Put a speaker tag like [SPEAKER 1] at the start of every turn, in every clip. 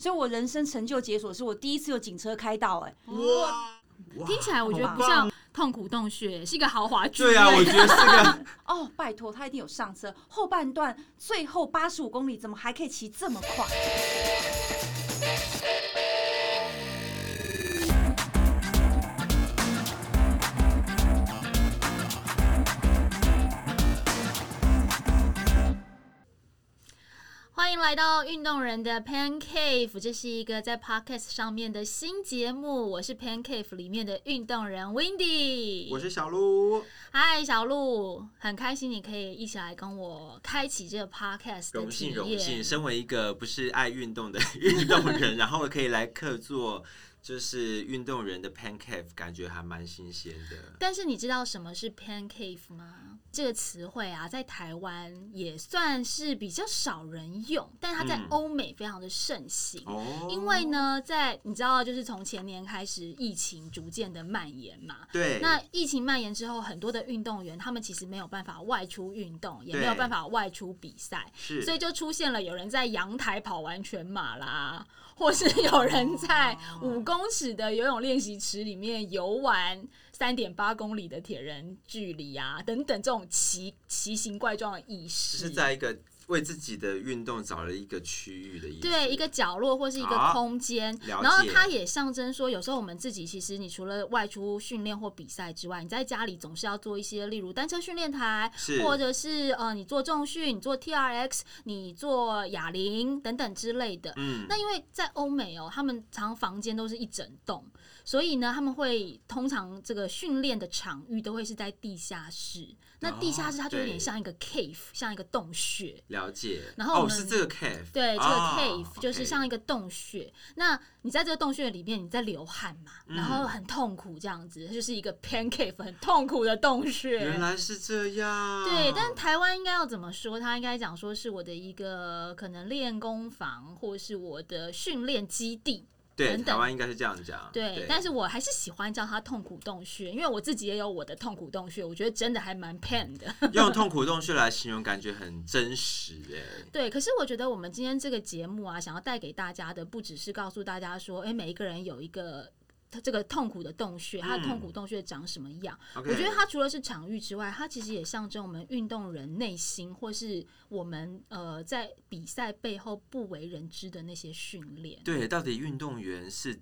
[SPEAKER 1] 所以我人生成就解锁是我第一次有警车开道、哎，
[SPEAKER 2] 哇，哇
[SPEAKER 3] 听起来我觉得
[SPEAKER 2] 好
[SPEAKER 3] 不
[SPEAKER 2] 棒
[SPEAKER 3] 像痛苦洞穴，是一个豪华剧。
[SPEAKER 2] 对啊，我觉得是 个
[SPEAKER 1] 哦，拜托，他一定有上车。后半段最后八十五公里怎么还可以骑这么快？
[SPEAKER 3] 欢迎来到运动人的 Pan Cave，这是一个在 Podcast 上面的新节目。我是 Pan Cave 里面的运动人 Windy，
[SPEAKER 2] 我是小鹿，
[SPEAKER 3] 嗨小鹿，很开心你可以一起来跟我开启这个 Podcast 的
[SPEAKER 2] 荣
[SPEAKER 3] 体
[SPEAKER 2] 幸
[SPEAKER 3] 验。
[SPEAKER 2] 荣幸，身为一个不是爱运动的运动人，然后可以来客座，就是运动人的 Pan Cave，感觉还蛮新鲜的。
[SPEAKER 3] 但是你知道什么是 pan cave 吗？这个词汇啊，在台湾也算是比较少人用，但它在
[SPEAKER 2] 嗯
[SPEAKER 3] 欧美非常的盛行。
[SPEAKER 2] 哦，
[SPEAKER 3] 因为呢，在你知道，就是从前年开始，疫情逐渐的蔓延嘛。
[SPEAKER 2] 对，
[SPEAKER 3] 那疫情蔓延之后，很多的运动员他们其实没有办法外出运动，也没有
[SPEAKER 2] 对
[SPEAKER 3] 办法外出比赛，
[SPEAKER 2] 是
[SPEAKER 3] 所以就出现了有人在阳台跑完全马啦，或是有
[SPEAKER 2] 哦
[SPEAKER 3] 人在五公尺的游泳练习池里面游玩三点八公里的铁人距离啊，等等这种奇奇形怪状的意
[SPEAKER 2] 就
[SPEAKER 3] 识。
[SPEAKER 2] 是在一个为自己的运动找了一个区域的意思。
[SPEAKER 3] 对一个角落或是一个
[SPEAKER 2] 啊
[SPEAKER 3] 空间，
[SPEAKER 2] 了
[SPEAKER 3] 然后
[SPEAKER 2] 解
[SPEAKER 3] 它也象征说，有时候我们自己其实你除了外出训练或比赛之外，你在家里总是要做一些，例如单车训练台，
[SPEAKER 2] 是
[SPEAKER 3] 或者是呃你做重训、你做 T R X、你做哑铃等等之类的。
[SPEAKER 2] 嗯，
[SPEAKER 3] 那因为在欧美哦，他们常房间都是一整栋，所以呢，他们会通常这个训练的场域都会是在地下室。那地下室它就有点
[SPEAKER 2] 哦对
[SPEAKER 3] 像一个 cave，像一个洞穴。
[SPEAKER 2] 了解。
[SPEAKER 3] 然后我
[SPEAKER 2] 哦，
[SPEAKER 3] 们
[SPEAKER 2] 是这个 cave，
[SPEAKER 3] 对，这个
[SPEAKER 2] 哦
[SPEAKER 3] cave、就是
[SPEAKER 2] ，OK
[SPEAKER 3] 像一个洞穴。那你在这个洞穴里面，你在流汗嘛，然后
[SPEAKER 2] 嗯
[SPEAKER 3] 很痛苦这样子，就是一个 pan cave 很痛苦的洞
[SPEAKER 2] 原
[SPEAKER 3] 穴。
[SPEAKER 2] 来啊是这样。
[SPEAKER 3] 对，但台湾应该要怎么说？它应该讲说是我的一个可能练功房，或是我的训练基地。
[SPEAKER 2] 对
[SPEAKER 3] 等等
[SPEAKER 2] 台湾应该是这样讲。
[SPEAKER 3] 对，
[SPEAKER 2] 对，
[SPEAKER 3] 但是我还是喜欢叫它痛苦洞穴，因为我自己也有我的痛苦洞穴，我觉得真的还蛮 pan 的。
[SPEAKER 2] 用痛苦洞穴来形容，感觉很真实哎。
[SPEAKER 3] 对，可是我觉得我们今天这个节目啊，想要带给大家的，不只是告诉大家说，哎，每一个人有一个。他这个痛苦的洞穴，他的痛
[SPEAKER 2] 嗯
[SPEAKER 3] 苦洞穴长什么样？
[SPEAKER 2] OK，
[SPEAKER 3] 我觉得它除了是场域之外，它其实也象征我们运动人内心，或是我们呃在比赛背后不为人知的那些训练。
[SPEAKER 2] 对，到底运动员是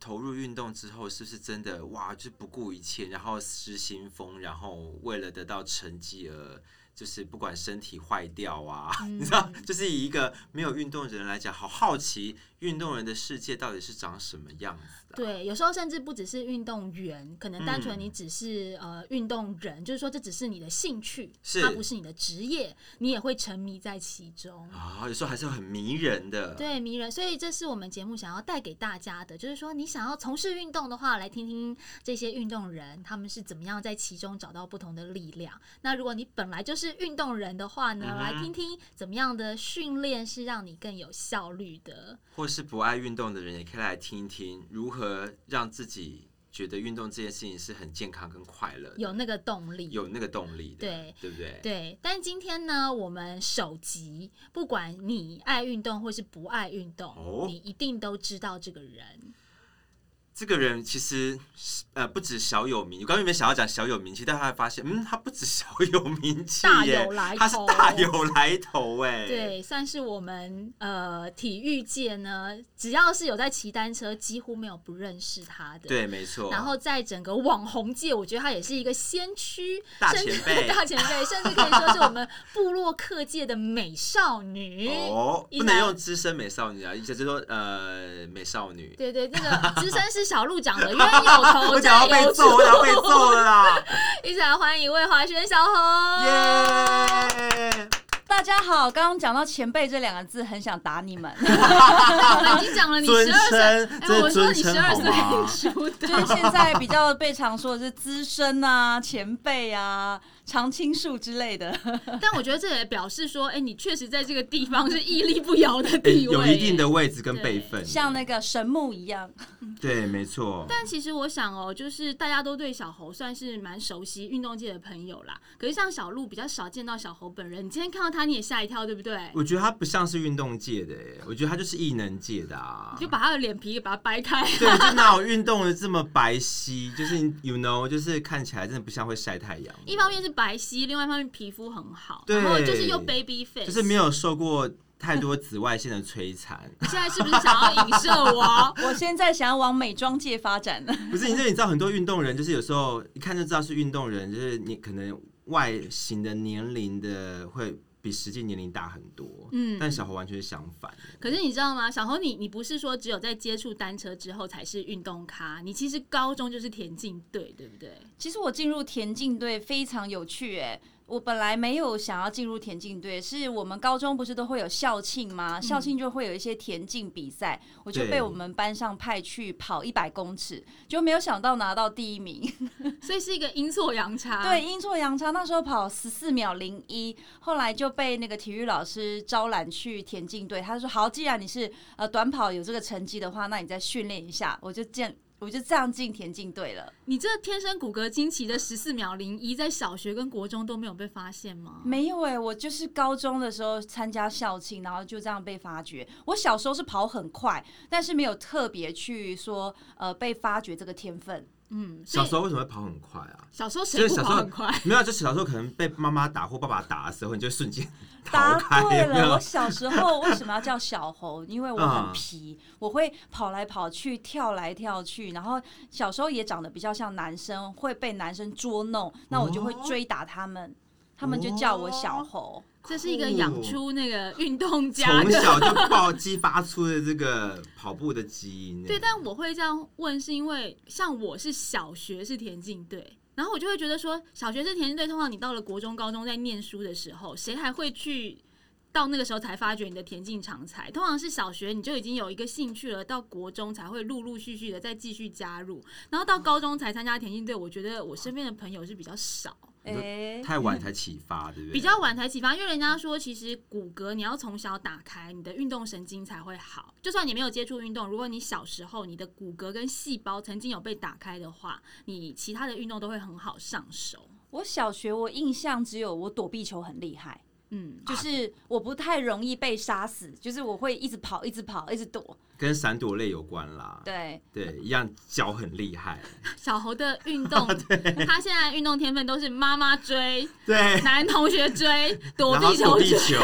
[SPEAKER 2] 投入运动之后，是不是真的哇，就是不顾一切，然后失心疯，然后为了得到成绩而。就是不管身体坏掉啊，
[SPEAKER 3] 嗯
[SPEAKER 2] 你知道，就是以一个没有运动的人来讲，好好奇运动人的世界到底是长什么样子、啊。，
[SPEAKER 3] 对，有时候甚至不只是运动员，可能单纯
[SPEAKER 2] 嗯
[SPEAKER 3] 你只是、呃运动人，就是说这只是你的兴趣，
[SPEAKER 2] 是
[SPEAKER 3] 它不是你的职业，你也会沉迷在其中。
[SPEAKER 2] 啊、有时候还是很迷人的。，
[SPEAKER 3] 对，迷人。所以这是我们节目想要带给大家的，就是说你想要从事运动的话，来听听这些运动人他们是怎么样在其中找到不同的力量。那如果你本来就是运动人的话
[SPEAKER 2] 嗯
[SPEAKER 3] 呢，来听听怎么样的训练是让你更有效率的。
[SPEAKER 2] 或是不爱运动的人，也可以来听一听如何让自己觉得运动这件事情是很健康跟快乐的，
[SPEAKER 3] 有那个动力，
[SPEAKER 2] 有那个动力的，
[SPEAKER 3] 对
[SPEAKER 2] 对不对？
[SPEAKER 3] 对，但今天呢，我们首集不管你爱运动或是不爱运动，
[SPEAKER 2] 哦
[SPEAKER 3] 你一定都知道这个人。
[SPEAKER 2] 这个人其实是呃不止小有名，我刚原本想要讲小有名气，但后来发现，嗯，他不止小有名气
[SPEAKER 3] 大
[SPEAKER 2] 耶，
[SPEAKER 3] 有来
[SPEAKER 2] 他是
[SPEAKER 3] 头
[SPEAKER 2] 大有来头哎。，
[SPEAKER 3] 对，算是我们呃体育界呢，只要是有在骑单车，几乎没有不认识他的。。
[SPEAKER 2] 对，哦没错。
[SPEAKER 3] 然后在整个网红界，我觉得他也是一个先驱，
[SPEAKER 2] 大
[SPEAKER 3] 甚至
[SPEAKER 2] 前辈
[SPEAKER 3] 大前辈，甚至可以说是我们部落客界的美少女。
[SPEAKER 2] 哦，
[SPEAKER 3] 一
[SPEAKER 2] 不能
[SPEAKER 3] 来
[SPEAKER 2] 用资深美少女啊，以前就说呃美少 女。
[SPEAKER 3] 对对，这个资深是小鹿长的冤有头，
[SPEAKER 2] 我想要
[SPEAKER 3] 债
[SPEAKER 2] 被
[SPEAKER 3] 有
[SPEAKER 2] 揍，我想要被
[SPEAKER 3] 主
[SPEAKER 2] 揍了啦！
[SPEAKER 3] 一起来欢迎魏华轩小 红。
[SPEAKER 2] 耶！
[SPEAKER 1] 大家好，刚刚讲到前辈这两个字，很想打你 们。
[SPEAKER 3] 我们已经讲了你
[SPEAKER 2] 尊
[SPEAKER 3] 十二岁，
[SPEAKER 2] 称
[SPEAKER 3] 哎，
[SPEAKER 2] 这
[SPEAKER 3] 我说你
[SPEAKER 2] 尊
[SPEAKER 3] 十二
[SPEAKER 2] 称好
[SPEAKER 3] 岁
[SPEAKER 2] 吗
[SPEAKER 3] 出
[SPEAKER 1] 就
[SPEAKER 3] 的，
[SPEAKER 1] 是现在比较被常说的是资深啊、前辈啊、常青树之类的。
[SPEAKER 3] 但我觉得这也表示说，哎，你确实在这个地方是屹立不摇的
[SPEAKER 2] 哎
[SPEAKER 3] 地位，
[SPEAKER 2] 有一定的。位置跟
[SPEAKER 3] 对
[SPEAKER 2] 辈分，
[SPEAKER 1] 像那个神木一样，
[SPEAKER 2] 对，没错。
[SPEAKER 3] 但其实我想哦，就是大家都对小猴算是蛮熟悉运动界的朋友啦。可是像小鹿比较少见到小猴本人，你今天看到他，你也吓一跳，对不对？
[SPEAKER 2] 我觉得他不像是运动界的、欸，我觉得他就是异能界的啊
[SPEAKER 3] 你。就把他的脸皮把它掰开。
[SPEAKER 2] 对，就哪有运动的这么白皙？就是 you know，就是看起来真的不像会晒太阳。
[SPEAKER 3] 一方面是白皙，另外一方面皮肤很好，
[SPEAKER 2] 对
[SPEAKER 3] 然后就是又 baby face，
[SPEAKER 2] 就是没。有受过太多紫外线的摧残。
[SPEAKER 3] 你现在是不是想要影射我？哦
[SPEAKER 1] 我现在想要往美妆界发展了，
[SPEAKER 2] 不是，你这你知道很多运动人，就是有时候一看就知道是运动人，就是你可能外形的年龄的会比实际年龄大很多。
[SPEAKER 3] 嗯
[SPEAKER 2] 但小猴完全是相反的。
[SPEAKER 3] 可是你知道吗，小红你，你不是说只有在接触单车之后才是运动咖，你其实高中就是田径队，对不对？
[SPEAKER 1] 其实我进入田径队非常有趣哎、我本来没有想要进入田径队，是我们高中不是都会有校庆吗？校庆就会有一些田径比赛，我就
[SPEAKER 2] 对
[SPEAKER 1] 被我们班上派去跑一百公尺，就没有想到拿到第一名。
[SPEAKER 3] 所以是一个阴错阳差。
[SPEAKER 1] 对，，阴错阳差，那时候跑十四秒零一，后来就被那个体育老师招揽去田径队。他说：“好，既然你是呃短跑有这个成绩的话，那你再训练一下。”我就见我就这样进田径队了。
[SPEAKER 3] 你这天生骨骼惊奇的十四秒零一，在小学跟国中都没有被发现吗？
[SPEAKER 2] 嗯
[SPEAKER 1] 没有哎、我就是高中的时候参加校庆，然后就这样被发掘。我小时候是跑很快，但是没有特别去说呃被发掘这个天分。
[SPEAKER 3] 嗯，所
[SPEAKER 2] 小
[SPEAKER 3] 以
[SPEAKER 2] 时候为什么会跑很快啊？
[SPEAKER 3] 小时候谁
[SPEAKER 2] 就是
[SPEAKER 3] 不
[SPEAKER 2] 小时
[SPEAKER 3] 跑
[SPEAKER 2] 候
[SPEAKER 3] 很 快？
[SPEAKER 2] 没有，就小时候可能被妈妈打或爸爸打的时候，你就瞬间 逃
[SPEAKER 1] 答
[SPEAKER 2] 开。
[SPEAKER 1] 对
[SPEAKER 2] 有没嗯
[SPEAKER 1] 了，我
[SPEAKER 2] 有？
[SPEAKER 1] 小时候为什么要叫小猴？因为我很皮，我会跑来跑去，跳来跳去。然后小时候也长得比较像男生，会被男生捉弄，那我就
[SPEAKER 2] 哦
[SPEAKER 1] 会追打他们，他们就叫我小猴。
[SPEAKER 3] 这是一个养出那个运动家
[SPEAKER 2] 从
[SPEAKER 3] 的。
[SPEAKER 2] 小就爆激发出的这个跑步的基因欸。
[SPEAKER 3] 对，但我会这样问，是因为像我是小学是田径队，然后我就会觉得说，小学是田径队，通常你到了国中、高中在念书的时候，谁还会去到那个时候才发觉你的田径长才？通常是小学你就已经有一个兴趣了，到国中才会陆陆续续的再继续加入，然后到高中才参加田径队。我觉得我身边的朋友是比较少。
[SPEAKER 1] 哎、
[SPEAKER 2] 太晚才启发，对不对？
[SPEAKER 3] 比较晚才启发，因为人家说，其实骨骼你要从小打开，你的运动神经才会好。就算你没有接触运动，如果你小时候你的骨骼跟细胞曾经有被打开的话，你其他的运动都会很好上 手。
[SPEAKER 1] 我小学我印象只有我躲避球很厉害，
[SPEAKER 3] 嗯，
[SPEAKER 1] 就是我不太容易被杀死，就是我会一直跑，一直跑，一直躲。
[SPEAKER 2] 跟闪躲类有关啦。
[SPEAKER 1] 对，
[SPEAKER 2] 对，一样脚很 厉害。
[SPEAKER 3] 小猴的运动， 他现在运动天分都是妈妈追、
[SPEAKER 2] 对，
[SPEAKER 3] 男同学追、躲
[SPEAKER 2] 然后
[SPEAKER 3] 避球
[SPEAKER 2] 躲避
[SPEAKER 3] 追。
[SPEAKER 2] 球，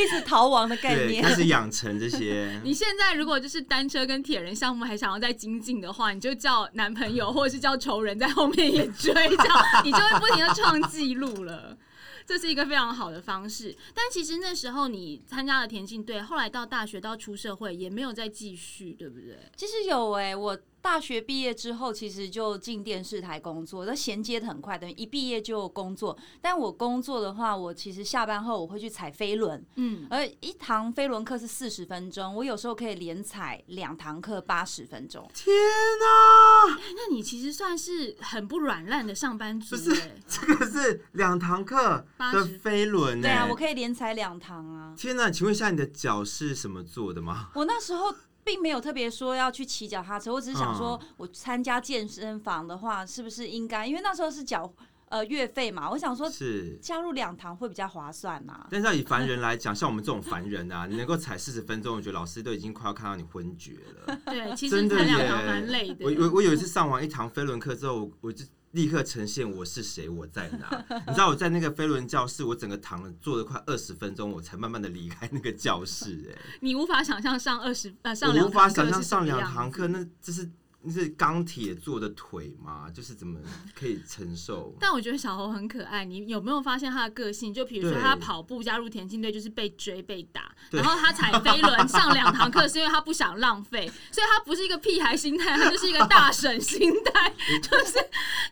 [SPEAKER 1] 一直逃亡的 概
[SPEAKER 2] 对，
[SPEAKER 1] 念。
[SPEAKER 2] 开始养成 这些。
[SPEAKER 3] 你现在如果就是单车跟铁人项目还想要再精进的话，你就叫男朋友或者是叫仇人在后面也追，这样你就会不停的创纪录了。 这是一个非常好的方式，但其实那时候你参加了田径队，后来到大学到出社会也没有再继续，对不对？
[SPEAKER 1] 其实有哎、我大学毕业之后，其实就进电视台工作，那衔接的很快，等于一毕业就工作。但我工作的话，我其实下班后我会去踩飞轮，
[SPEAKER 3] 嗯，
[SPEAKER 1] 而一堂飞轮课是四十分钟，我有时候可以连踩两堂课八十分钟。
[SPEAKER 2] 天哪、
[SPEAKER 3] 哎那你其实算是很不软烂的上班族、
[SPEAKER 2] 不是
[SPEAKER 3] 欸，
[SPEAKER 2] 这个是两堂课的
[SPEAKER 3] 80
[SPEAKER 2] 飞轮呢、
[SPEAKER 1] 对啊，我可以连踩两堂啊。
[SPEAKER 2] 天哪、请问一下，你的脚是什么做的吗？
[SPEAKER 1] 我那时候并没有特别说要去骑脚踏车，我只是想说，我参加健身房的话，是不是应该？因为那时候是缴呃月费嘛，我想说
[SPEAKER 2] 是。
[SPEAKER 1] 加入两堂会比较划算嘛、
[SPEAKER 2] 但是以凡人来讲，像我们这种凡人啊，你能够踩四十分钟，我觉得老师都已经快要看到你昏厥了。
[SPEAKER 3] 对，其实
[SPEAKER 2] 真的
[SPEAKER 3] 才两
[SPEAKER 2] 耶
[SPEAKER 3] 堂蛮累的。
[SPEAKER 2] 我我我有一次上完一堂飞轮课之后，我我就立刻呈现我是谁，我在哪。你知道我在那个飞轮教室，我整个躺了坐了快二十分钟，我才慢慢的离开那个教室、哎。
[SPEAKER 3] 你无法想象上二十呃上
[SPEAKER 2] 我
[SPEAKER 3] 两
[SPEAKER 2] 无法
[SPEAKER 3] 堂课
[SPEAKER 2] 想
[SPEAKER 3] 是
[SPEAKER 2] 象
[SPEAKER 3] 什
[SPEAKER 2] 上
[SPEAKER 3] 么
[SPEAKER 2] 两
[SPEAKER 3] 样
[SPEAKER 2] 堂
[SPEAKER 3] 子？
[SPEAKER 2] 课，那这是那是钢铁做的腿吗？就是怎么可以承受
[SPEAKER 3] 但我觉得小猴很可爱，你有没有发现他的个性？就比如说
[SPEAKER 2] 对
[SPEAKER 3] 他跑步加入田径队就是被追被打，
[SPEAKER 2] 对
[SPEAKER 3] 然后他踩飞轮上两堂课是因为他不想浪费，所以他不是一个屁孩心态，他就是一个大婶心 态，就是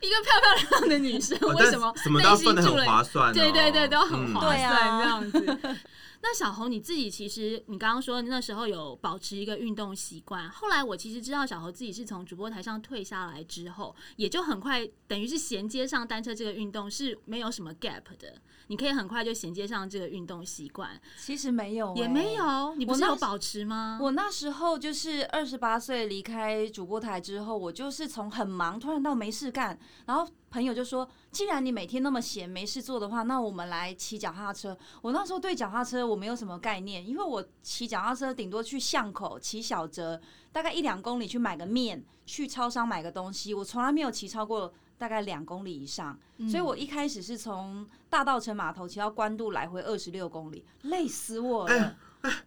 [SPEAKER 3] 一个漂漂亮亮的女生。
[SPEAKER 2] 嗯哦
[SPEAKER 3] 为
[SPEAKER 2] 但
[SPEAKER 3] 什么
[SPEAKER 2] 什么都
[SPEAKER 3] 内
[SPEAKER 2] 要
[SPEAKER 3] 心
[SPEAKER 2] 算的
[SPEAKER 3] 住
[SPEAKER 2] 很
[SPEAKER 3] 了？
[SPEAKER 2] 划算、哦？
[SPEAKER 3] 对对对，都很划
[SPEAKER 1] 嗯对
[SPEAKER 3] 算
[SPEAKER 1] 啊
[SPEAKER 3] 这样子。 那小猴你自己其实，你刚刚说那时候有保持一个运动习惯，后来我其实知道小猴自己是从主播台上退下来之后，也就很快等于是衔接上单车这个运动是没有什么 gap 的，你可以很快就衔接上这个运动习惯，
[SPEAKER 1] 其实没有、欸
[SPEAKER 3] 也没。有，你不是
[SPEAKER 1] 我那
[SPEAKER 3] 有
[SPEAKER 1] 时
[SPEAKER 3] 保持吗？
[SPEAKER 1] 我那时候就是二十八岁离开主播台之后，我就是从很忙突然到没事干，然后朋友就说，既然你每天那么闲没事做的话，那我们来骑脚踏车。我那时候对脚踏车我没有什么概念，因为我骑脚踏车顶多去巷口骑小折，大概一两公里去买个面，去超商买个东西，我从来没有骑超过大概两公里以上。所以我一开始是从大道城码头骑到关渡来回二十六公里，累死我了，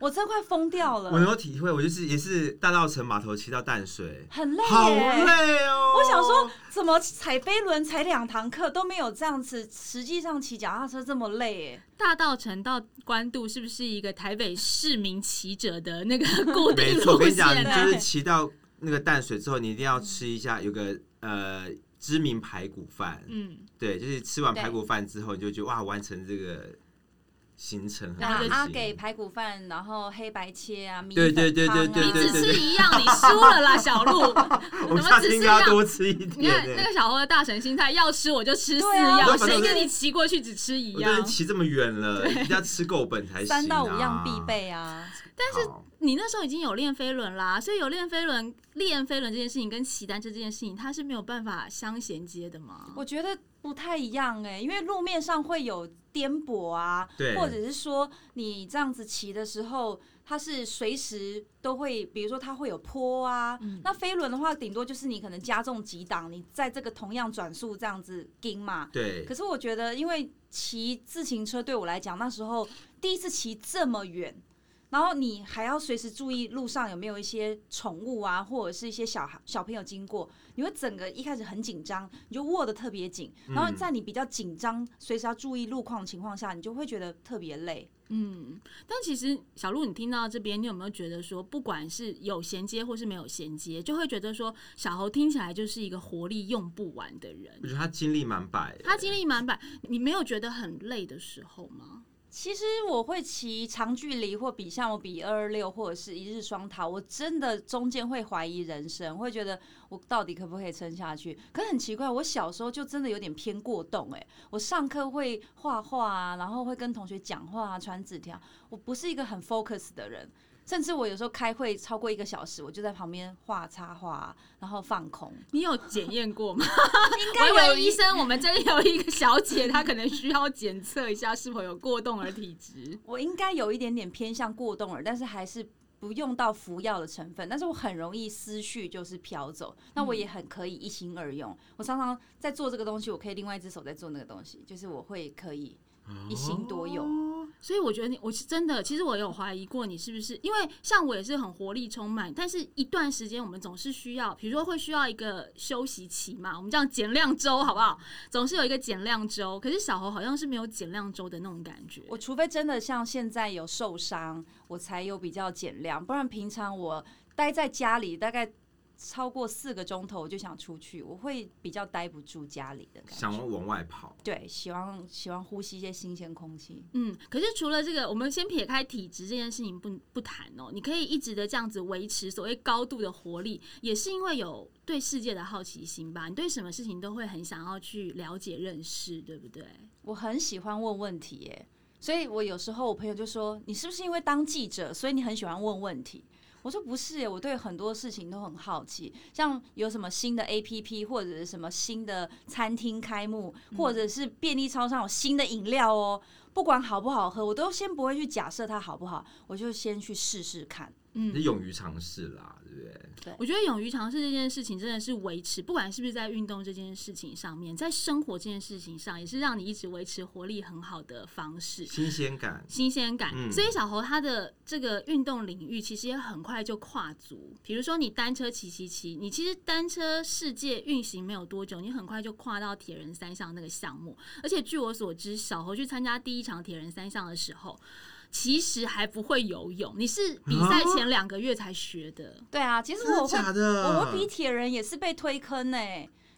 [SPEAKER 1] 我真快疯掉
[SPEAKER 2] 我能
[SPEAKER 1] 了，
[SPEAKER 2] 够体会，我就是也是大稻城码头骑到淡水，
[SPEAKER 1] 很累、耶。
[SPEAKER 2] 好累哦。
[SPEAKER 1] 我想说，怎么踩飞轮才两堂课都没有这样子？实际上骑脚踏车这么累、欸，
[SPEAKER 3] 大道城到关渡是不是一个台北市民骑者的那个固
[SPEAKER 2] 没
[SPEAKER 3] 定
[SPEAKER 2] 错，我
[SPEAKER 3] 路
[SPEAKER 2] 跟你讲，
[SPEAKER 3] 线啊
[SPEAKER 2] 你
[SPEAKER 1] 对
[SPEAKER 3] 呢？
[SPEAKER 2] 就是骑到那个淡水之后，你一定要吃一下有个呃知名排骨饭，
[SPEAKER 3] 嗯，
[SPEAKER 2] 对，就是吃完
[SPEAKER 1] 对
[SPEAKER 2] 排骨饭之后，你就觉得哇，完成这个行程很
[SPEAKER 1] 然后
[SPEAKER 2] 开
[SPEAKER 1] 阿
[SPEAKER 2] 心
[SPEAKER 1] 给排骨饭，然后黑白切啊，米
[SPEAKER 2] 对对
[SPEAKER 1] 粉汤啊
[SPEAKER 2] 对对
[SPEAKER 3] 你
[SPEAKER 2] 对
[SPEAKER 3] 只
[SPEAKER 2] 对
[SPEAKER 3] 吃一样，你输了啦，小鹿。
[SPEAKER 2] 我
[SPEAKER 3] 我
[SPEAKER 2] 们
[SPEAKER 3] 们
[SPEAKER 2] 下次
[SPEAKER 3] 只
[SPEAKER 2] 应
[SPEAKER 3] 是
[SPEAKER 2] 该要
[SPEAKER 3] 要
[SPEAKER 2] 多吃 一点
[SPEAKER 3] 你看那
[SPEAKER 2] 欸。
[SPEAKER 3] 个小猴的大神心态，要吃我就吃四
[SPEAKER 1] 对啊
[SPEAKER 3] 样，
[SPEAKER 2] 我
[SPEAKER 3] 谁
[SPEAKER 2] 反正
[SPEAKER 3] 跟你骑过去只吃一
[SPEAKER 2] 我就是
[SPEAKER 3] 样？
[SPEAKER 2] 骑这么 远了，一定要吃够本才行、啊。
[SPEAKER 1] 三到五样必。备啊。
[SPEAKER 2] 但是
[SPEAKER 3] 你那时候已经有练飞轮啦，所以有练飞轮，练飞轮这件事情跟骑单车这件事情，它是没有办法相衔接的嘛？
[SPEAKER 2] 嗯
[SPEAKER 1] 我觉得不太一样哎、因为路面上会有颠簸啊，
[SPEAKER 2] 对
[SPEAKER 1] 或者是说你这样子骑的时候，它是随时都会，比如说它会有坡啊。
[SPEAKER 3] 嗯
[SPEAKER 1] 那飞轮的话，顶多就是你可能加重几档，你在这个同样转速这样子盯嘛。
[SPEAKER 2] 对
[SPEAKER 1] 可，是我觉得，因为骑自行车对我来讲，那时候第一次骑这么远，然后你还要随时注意路上有没有一些宠物啊，或者是一些小孩小朋友经过，你会整个一开始很紧张，你就握得特别紧，然后
[SPEAKER 2] 嗯
[SPEAKER 1] 在你比较紧张、随时要注意路况的情况下，你就会觉得特别累。
[SPEAKER 3] 嗯，但其实小鹿，你听到这边，你有没有觉得说，不管是有衔接或是没有衔接，就会觉得说，小猴听起来就是一个活力用不完的人
[SPEAKER 2] 我，觉得他精力蛮百的。
[SPEAKER 3] 他精力满满，你没有觉得很累的时候吗？
[SPEAKER 1] 其实我会骑长距离或比像我比二二六或者是一日双塔，我真的中间会怀疑人生，会觉得我到底可不可以撑下去？可是很奇怪，我小时候就真的有点偏过动、欸，我上课会画画啊，然后会跟同学讲话啊，传纸条，我不是一个很 focus 的人。甚至我有时候开会超过一个小时，我就在旁边画插画啊，然后放空。
[SPEAKER 3] 你有检验过吗？
[SPEAKER 1] 应
[SPEAKER 3] 我以为医生，我们这里有一个小姐，她可能需要检测一下是否有过动儿体质。
[SPEAKER 1] 我应该有一点点偏向过动儿，但是还是不用到服药的成分，但是我很容易思绪就是飘走，那我也很可以一心二用。我常常在做这个东西，我可以另外一只手在做那个东西，就是我会可以一心多用。
[SPEAKER 3] 所以我觉得你，我是真的，其实我有怀疑过你是不是，因为像我也是很活力充满，但是一段时间我们总是需要，比如说会需要一个休息期嘛，我们这样减量周好不好？总是有一个减量周，可是小猴好像是没有减量周的那种感觉。
[SPEAKER 1] 我除非真的像现在有受伤，我才有比较减量，不然平常我待在家里大概超过四个钟头，我就想出去，我会比较待不住家里的感
[SPEAKER 2] 想
[SPEAKER 1] 觉。
[SPEAKER 2] 往外跑，
[SPEAKER 1] 对，喜欢喜欢呼吸一些新鲜空气。
[SPEAKER 3] 嗯，可是除了这个，我们先撇开体质这件事情不不谈哦，你可以一直的这样子维持所谓高度的活力，也是因为有对世界的好奇心吧？你对什么事情都会很想要去了解认识，对不对？
[SPEAKER 1] 我很喜欢问问题耶，所以我有时候我朋友就说：“你是不是因为当记者，所以你很喜欢问问题？”我说不是耶，我对很多事情都很好奇，像有什么新的 A P P 或者是什么新的餐厅开幕，或
[SPEAKER 2] 嗯
[SPEAKER 1] 者是便利超商有新的饮料哦，不管好不好喝，我都先不会去假设它好不好，我就先去试试看。
[SPEAKER 2] 你
[SPEAKER 3] 嗯，
[SPEAKER 2] 勇于尝试啦，对不对？
[SPEAKER 3] 我觉得勇于尝试这件事情真的是维持，不管是不是在运动这件事情上面，在生活这件事情上，也是让你一直维持活力很好的方式。
[SPEAKER 2] 新鲜感，
[SPEAKER 3] 新鲜感，
[SPEAKER 2] 嗯
[SPEAKER 3] 所以小猴他的这个运动领域其实也很快就跨足。比如说你单车骑骑骑，你其实单车世界运行没有多久，你很快就跨到铁人三项那个项目。而且据我所知，小猴去参加第一场铁人三项的时候，其实还不会游泳，你是比赛前两个月才学的。
[SPEAKER 1] 对啊，其实
[SPEAKER 2] 真的
[SPEAKER 1] 我会
[SPEAKER 2] 假的？
[SPEAKER 1] 我我比铁人也是被推坑呢、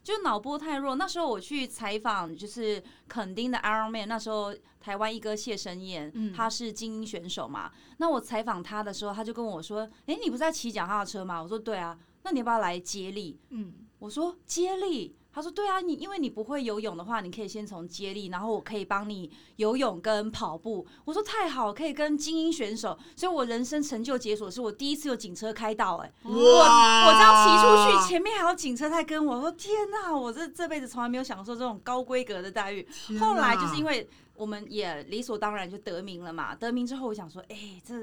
[SPEAKER 1] 就脑波太弱。那时候我去采访，就是垦丁的 Iron Man，那时候台湾一哥谢生燕，
[SPEAKER 3] 嗯
[SPEAKER 1] 他是精英选手嘛。那我采访他的时候，他就跟我说：“诶，
[SPEAKER 2] 哦
[SPEAKER 1] 你不是在骑脚踏车吗？”我说：“对啊。”那你要不要来接力？
[SPEAKER 3] 嗯，
[SPEAKER 1] 我说：“接力。”他说：“对啊，你因为你不会游泳的话，你可以先从接力，然后我可以帮你游泳跟跑步。”我说：“太好，可以跟精英选手。”所以，我人生成就解锁是我第一次有警车开道、哎，
[SPEAKER 2] 哇！
[SPEAKER 1] 我
[SPEAKER 2] 我
[SPEAKER 1] 这样骑出去，前面还有警车在跟我，我说：“天哪、我这这辈子从来没有享受这种高规格的待遇。”
[SPEAKER 2] 前
[SPEAKER 1] 后来就是因
[SPEAKER 2] 为
[SPEAKER 1] 为我们也理所当然就得名了嘛，得名之后我想说，哎、这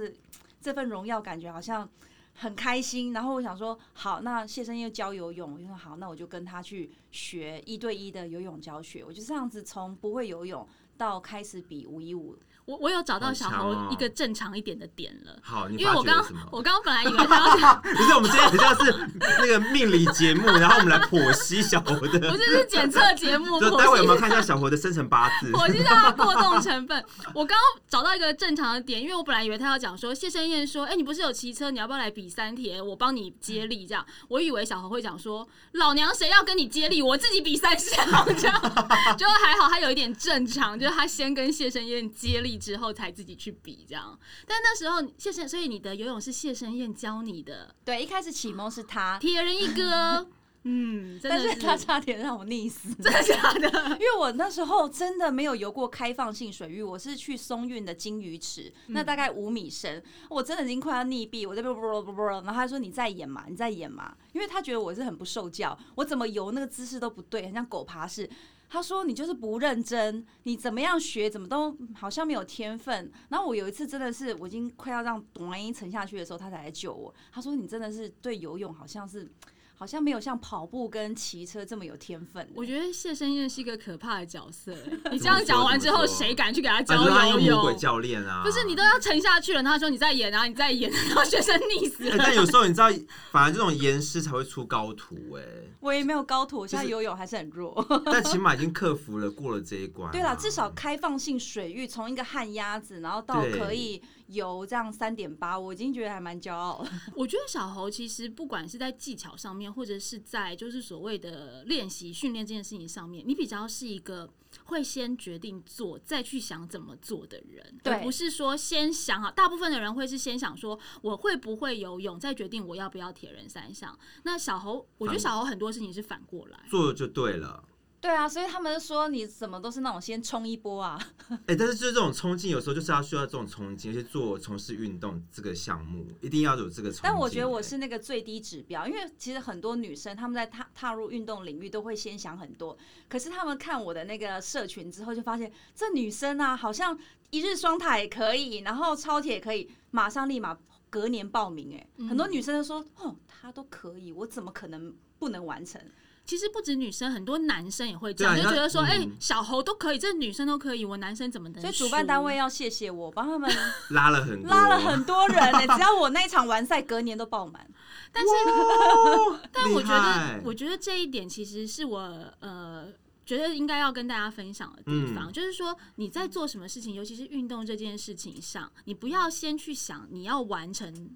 [SPEAKER 1] 这份荣耀感觉好像很开心。然后我想说，好，那谢生又教游泳，我就说好，那我就跟他去学一对一的游泳教学。我就这样子从不会游泳到开始比五一五，
[SPEAKER 3] 我我有找到
[SPEAKER 2] 好
[SPEAKER 3] 小
[SPEAKER 2] 强
[SPEAKER 3] 猴
[SPEAKER 2] 哦
[SPEAKER 3] 一个正常一点的点了。
[SPEAKER 2] 好，你
[SPEAKER 3] 因为
[SPEAKER 2] 发
[SPEAKER 3] 我
[SPEAKER 2] 觉了
[SPEAKER 3] 刚
[SPEAKER 2] 什么？
[SPEAKER 3] 我刚刚本来以为 他要讲，
[SPEAKER 2] 不是，我们今天很像是那个命理节目，然后我们来剖析小猴 的
[SPEAKER 3] 不是是检测节目，
[SPEAKER 2] 就待会我
[SPEAKER 3] 剖析
[SPEAKER 2] 们看一下小猴的生辰八 字。
[SPEAKER 3] 我知道他过动成分。我刚刚找到一个正常的点，因为我本来以为他要讲说谢生燕说，哎、你不是有骑车，你要不要来比三铁？我帮你接力这样。我以为小猴会讲说，老娘谁要跟你接力，我自己比三下这样。就还好他有一点正常，就是他先跟谢生燕接力之后才自己去比这样。但那时候谢生，所以你的游泳是谢生燕教你的，
[SPEAKER 1] 对，一开始启蒙是他，
[SPEAKER 3] 铁人一哥。嗯，真
[SPEAKER 1] 但
[SPEAKER 3] 的
[SPEAKER 1] 是
[SPEAKER 3] 是
[SPEAKER 1] 他差点让我溺死。
[SPEAKER 3] 真的假的？
[SPEAKER 1] 因为我那时候真的没有游过开放性水域，我是去松韵的金鱼池，那大概五米深，我真的已经快要溺毙，我这边啵啵啵啵，然后他说你再演嘛，你再演嘛，因为他觉得我是很不受教，我怎么游那个姿势都不对，很像狗爬式。他说：“你就是不认真，你怎么样学，怎么都好像没有天分。”然后我有一次真的是我已经快要让咚一沉下去的时候，他才来救我。他说：“你真的是对游泳好像是，好像没有像跑步跟骑车这么有天分。”
[SPEAKER 3] 我觉得谢生燕是一个可怕的角色欸、 你这样讲完之后，
[SPEAKER 2] 怎么说
[SPEAKER 3] 谁敢去给他
[SPEAKER 2] 啊你说他
[SPEAKER 3] 教游
[SPEAKER 2] 用魔鬼
[SPEAKER 3] 泳？
[SPEAKER 2] 教练啊，
[SPEAKER 3] 不是你都要沉下去了，然后他说你再演啊，你再演，然后学生溺死
[SPEAKER 2] 哎
[SPEAKER 3] 了。
[SPEAKER 2] 但有时候你知道，反而这种严师才会出高徒哎、
[SPEAKER 1] 我也没有高徒，我现在
[SPEAKER 2] 就是
[SPEAKER 1] 游泳还是很弱。啊
[SPEAKER 2] 但起码已经克服了，过了这一 关、啊
[SPEAKER 1] 对啦，至少开放性水域，从一个旱鸭子，然后到
[SPEAKER 2] 对
[SPEAKER 1] 可以游这样三点八，我已经觉得还蛮骄傲了。
[SPEAKER 3] 我觉得小猴其实不管是在技巧上面，或者是在就是所谓的练习训练这件事情上面，你比较是一个会先决定做，再去想怎么做的人，
[SPEAKER 1] 对
[SPEAKER 3] 而不是说先想好。大部分的人会是先想说我会不会游泳，再决定我要不要铁人三项。那小猴，我觉得
[SPEAKER 2] 反
[SPEAKER 3] 小猴很多事情是反过来。
[SPEAKER 2] 做就对了。
[SPEAKER 1] 对啊，所以他们说你怎么都是那种先冲一波啊。
[SPEAKER 2] 哎、但是就是这种冲劲，有时候就是要需要这种冲劲，而且做从事运动这个项目，一定要有这个冲劲。
[SPEAKER 1] 但我觉得我是那个最低指标，因为其实很多女生她们在踏踏入运动领域都会先想很多，可是她们看我的那个社群之后，就发现这女生啊，好像一日双塔也可以，然后超铁也可以，马上立马隔年报名、哎、
[SPEAKER 3] 嗯
[SPEAKER 1] 很多女生都说哦，她都可以，我怎么可能不能完成？
[SPEAKER 3] 其实不止女生，很多男生也会这
[SPEAKER 2] 对
[SPEAKER 3] 样，
[SPEAKER 2] 啊
[SPEAKER 3] 就
[SPEAKER 2] 你
[SPEAKER 3] 觉
[SPEAKER 2] 看
[SPEAKER 3] 得说，
[SPEAKER 2] 嗯
[SPEAKER 3] 哎、小猴都可以，这女生都可以，我男生怎么能输？
[SPEAKER 1] 所以主办单位要谢谢我，帮他们
[SPEAKER 2] 拉了很多，
[SPEAKER 1] 拉了很多人呢、只要我那一场完赛，隔年都爆满。
[SPEAKER 3] 但是，
[SPEAKER 2] 哇，
[SPEAKER 3] 但我
[SPEAKER 2] 哦厉
[SPEAKER 3] 觉得
[SPEAKER 2] 害，
[SPEAKER 3] 我觉得这一点其实是我呃。觉得应该要跟大家分享的地
[SPEAKER 2] 嗯
[SPEAKER 3] 方，就是说你在做什么事情，尤其是运动这件事情上，你不要先去想你要完成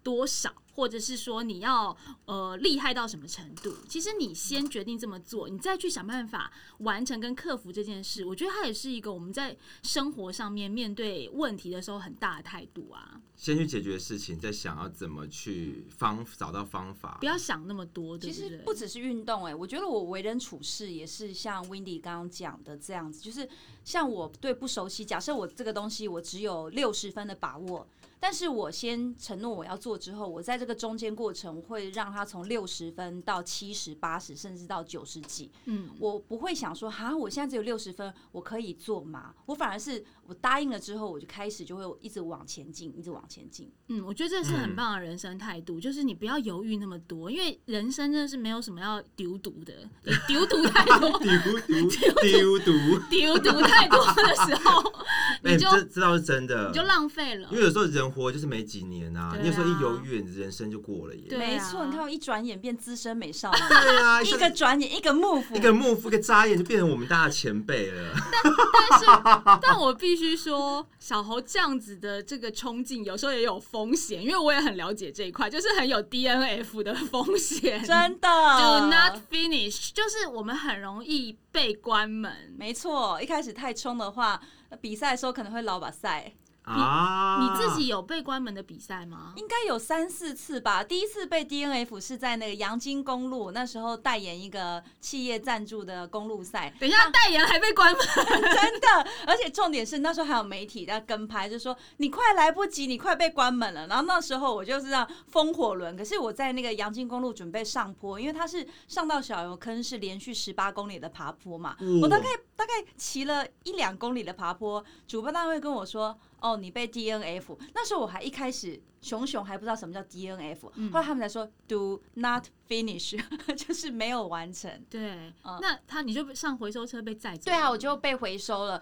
[SPEAKER 3] 多少，或者是说你要呃厉害到什么程度。其实你先决定这么做，你再去想办法完成跟克服这件事。我觉得它也是一个我们在生活上面面对问题的时候很大的态度啊，
[SPEAKER 2] 先去解决事情，再想要怎么去方找到方法
[SPEAKER 3] 不。要想那么多，对
[SPEAKER 1] 其
[SPEAKER 3] 不对？
[SPEAKER 1] 实不只是运动、哎，我觉得我为人处事也是像 Wendy 刚刚讲的这样子，就是像我对不熟悉，假设我这个东西我只有六十分的把握，但是我先承诺我要做之后，我在这个中间过程会让它从六十分到七十、八十，甚至到九十几，
[SPEAKER 3] 嗯，
[SPEAKER 1] 我不会想说哈，我现在只有六十分，我可以做吗？我反而是我答应了之后，我就开始就会一直往前进，一直往前进。
[SPEAKER 3] 嗯，我觉得这是很
[SPEAKER 2] 嗯，
[SPEAKER 3] 棒的人生态度，就是你不要犹豫那么多，因为人生真的是没有什么要丢毒的，你丢毒太多
[SPEAKER 2] 丢丢丢毒，
[SPEAKER 3] 丢毒太多的时候，
[SPEAKER 2] 哎、
[SPEAKER 3] 你就
[SPEAKER 2] 这这倒是真的，
[SPEAKER 3] 你就浪费了
[SPEAKER 2] 因。为有时候人活就是没几年啊，
[SPEAKER 3] 对啊
[SPEAKER 2] 你有时候一犹豫，你人生就过了耶。
[SPEAKER 3] 对啊
[SPEAKER 1] 没错，你看我一转眼变资深美少 女，
[SPEAKER 2] 对啊，
[SPEAKER 1] 一
[SPEAKER 2] 下
[SPEAKER 1] 个
[SPEAKER 2] 子
[SPEAKER 1] 转眼一个幕府
[SPEAKER 3] 嗯
[SPEAKER 2] 一。个幕夫，一个眨眼就变成我们大家前辈了。
[SPEAKER 3] 但是，但我必须说，小猴这样子的这个冲劲，有时候也有风险，因为我也很了解这一块，就是很有 DNF 的 风险。
[SPEAKER 1] 真
[SPEAKER 3] Do not
[SPEAKER 1] 的，
[SPEAKER 3] finish，就是我们很容易被关门。
[SPEAKER 1] 没错，一开始太冲的话，比赛的时候可能会老把赛。
[SPEAKER 2] 啊，
[SPEAKER 3] 你自己有被关门的比赛吗？
[SPEAKER 1] 应该有三四次吧。第一次被 DNF 是在那个阳金公路，那时候代言一个企业赞助的公路赛，
[SPEAKER 3] 等一下，代言还被关门，
[SPEAKER 1] 真的。而且重点是那时候还有媒体在跟拍，就说你快来不及，你快被关门了。然后那时候我就是这样风火轮，可是我在那个阳金公路准备上坡，因为它是上到小油坑是连续十八公里的爬坡嘛，我大概大概骑了一两公里的爬坡，主办单位跟我说。哦，你被 DNF，那时候我还一开始熊熊还不知道什么叫 DNF，、
[SPEAKER 3] 嗯
[SPEAKER 1] 后来他们才说 do not finish，就是 没有完成。
[SPEAKER 3] 对，
[SPEAKER 1] 嗯
[SPEAKER 3] 那他你就上回收车被载走。
[SPEAKER 1] 对啊，我就被回收了。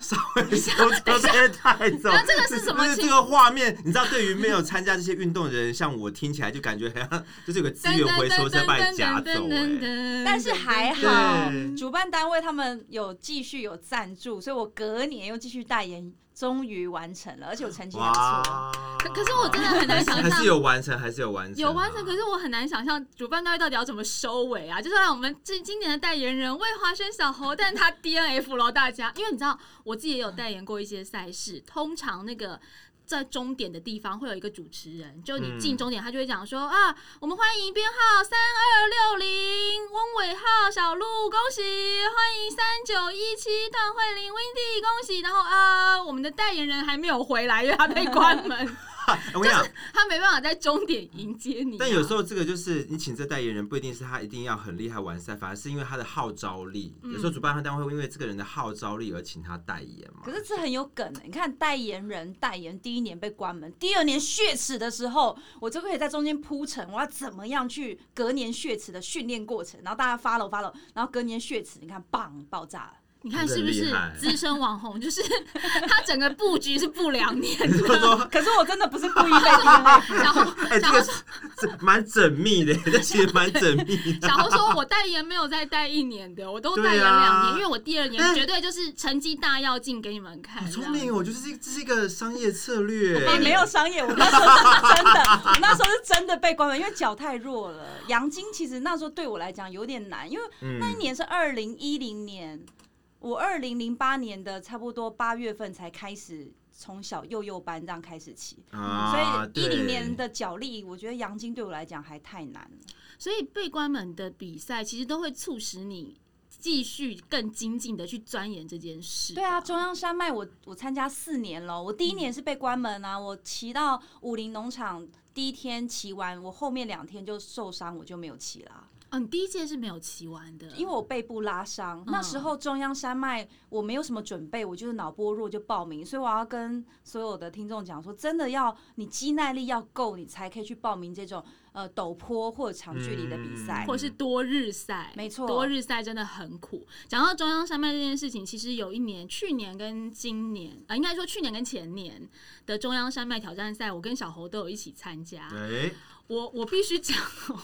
[SPEAKER 2] 都都被带走。
[SPEAKER 3] 那这个是什么
[SPEAKER 2] 就是
[SPEAKER 3] 情
[SPEAKER 2] 这个画面，你知道，对于没有参加这些运动的人，像我听起来就感觉好像就是有个资源回收车把你夹走、哎，
[SPEAKER 1] 但
[SPEAKER 3] 但
[SPEAKER 1] 是还好
[SPEAKER 2] 对，
[SPEAKER 1] 主办单位他们有继续有赞助，所以我隔年又继续代言，终于完成了，而且我成绩还不错。
[SPEAKER 2] 哇！
[SPEAKER 3] 可可是我真的很难想
[SPEAKER 2] 还
[SPEAKER 3] 象
[SPEAKER 2] 是。有完成，还是有完成啊，
[SPEAKER 3] 有完成，可是我很难想象主办单位到底要怎么收尾啊！就是让我们这今年的代言人魏华生小猴，但他 DNF 了大家，因为你知道我自己也有代言过一些赛事，通常那个。在终点的地方会有一个主持人，就你进
[SPEAKER 2] 嗯
[SPEAKER 3] 终点，他就会讲说、啊，我们欢迎编号三二六零翁伟浩小鹿，恭喜；欢迎三九一七段慧玲 Wendy，恭喜。然后啊，我们的代言人还没有回来，因为他被关门。
[SPEAKER 2] 哎我跟你讲，
[SPEAKER 3] 他没办法在终点迎接你啊、
[SPEAKER 2] 但有时候这个就是你请这代言人，不一定是他一定要很厉害完赛，反而是因为他的号召力。
[SPEAKER 1] 嗯
[SPEAKER 2] 有时候主办单位会因为这个人的号召力而请他代言嘛。
[SPEAKER 1] 可是这很有梗欸的、你看代言人代言第一年被关门，第二年血耻的时候，我就可以在中间铺陈我要怎么样去隔年血耻的训练过程，然后大家 follow follow，然后隔年血耻，你看棒爆炸了。
[SPEAKER 3] 你看是不
[SPEAKER 2] 真
[SPEAKER 3] 是
[SPEAKER 2] 厉害
[SPEAKER 3] 资深网红？ 就是他整个布局是不良年
[SPEAKER 2] 你 就
[SPEAKER 3] 的。
[SPEAKER 2] 说，
[SPEAKER 1] 可是我真的不是故意被 DNF，
[SPEAKER 3] 小猴
[SPEAKER 2] 哎、这个是这蛮缜 密的，这其实蛮缜密的。
[SPEAKER 3] 小猴说：“我代言没有再代一年的，我都
[SPEAKER 2] 对
[SPEAKER 3] 代言两年，
[SPEAKER 2] 啊
[SPEAKER 3] 因为我第二
[SPEAKER 2] 哎
[SPEAKER 3] 年绝对就是成绩大要进给你们看。”
[SPEAKER 2] 好聪明哦，我觉得这是这是一个商业策 略。
[SPEAKER 1] 也哦没有商业。我那时候是真的，我那时候是真的被关门，因为脚太弱了。阳金其实那时候对我来讲有点难，因为
[SPEAKER 2] 嗯，
[SPEAKER 1] 那一年是二零一零年，我二零零八年的差不多八月份才开始从小幼幼班这样开始起。所
[SPEAKER 2] 啊，
[SPEAKER 1] 以一零年
[SPEAKER 2] 对
[SPEAKER 1] 的脚力，我觉得阳金对我来讲还太难了。
[SPEAKER 3] 所以被关门的比赛其实都会促使你继续更精进的去钻研这件事。
[SPEAKER 1] 对啊，中央山脉我我参加四年了，我第一年是被关门啊，我骑到武林农场第一天骑完，我后面两天就受伤，我就没有骑啦、
[SPEAKER 3] 哦，你第一届是没有骑完的，
[SPEAKER 1] 因为我背部拉伤，
[SPEAKER 3] 嗯
[SPEAKER 1] 那时候中央山脉我没有什么准备，我就是脑波弱就报名，所以我要跟所有的听众讲说，真的要你肌耐力要够，你才可以去报名这种呃陡坡或者长距离的比赛
[SPEAKER 2] 嗯。
[SPEAKER 3] 或是多日赛，
[SPEAKER 1] 没错
[SPEAKER 3] 多日赛真的很苦。讲到中央山脉这件事情，其实有一年，去年跟今年，啊、应该说去年跟前年的中央山脉挑战赛，我跟小猴都有一起参加。
[SPEAKER 2] 哎，
[SPEAKER 3] 我我必须讲哦，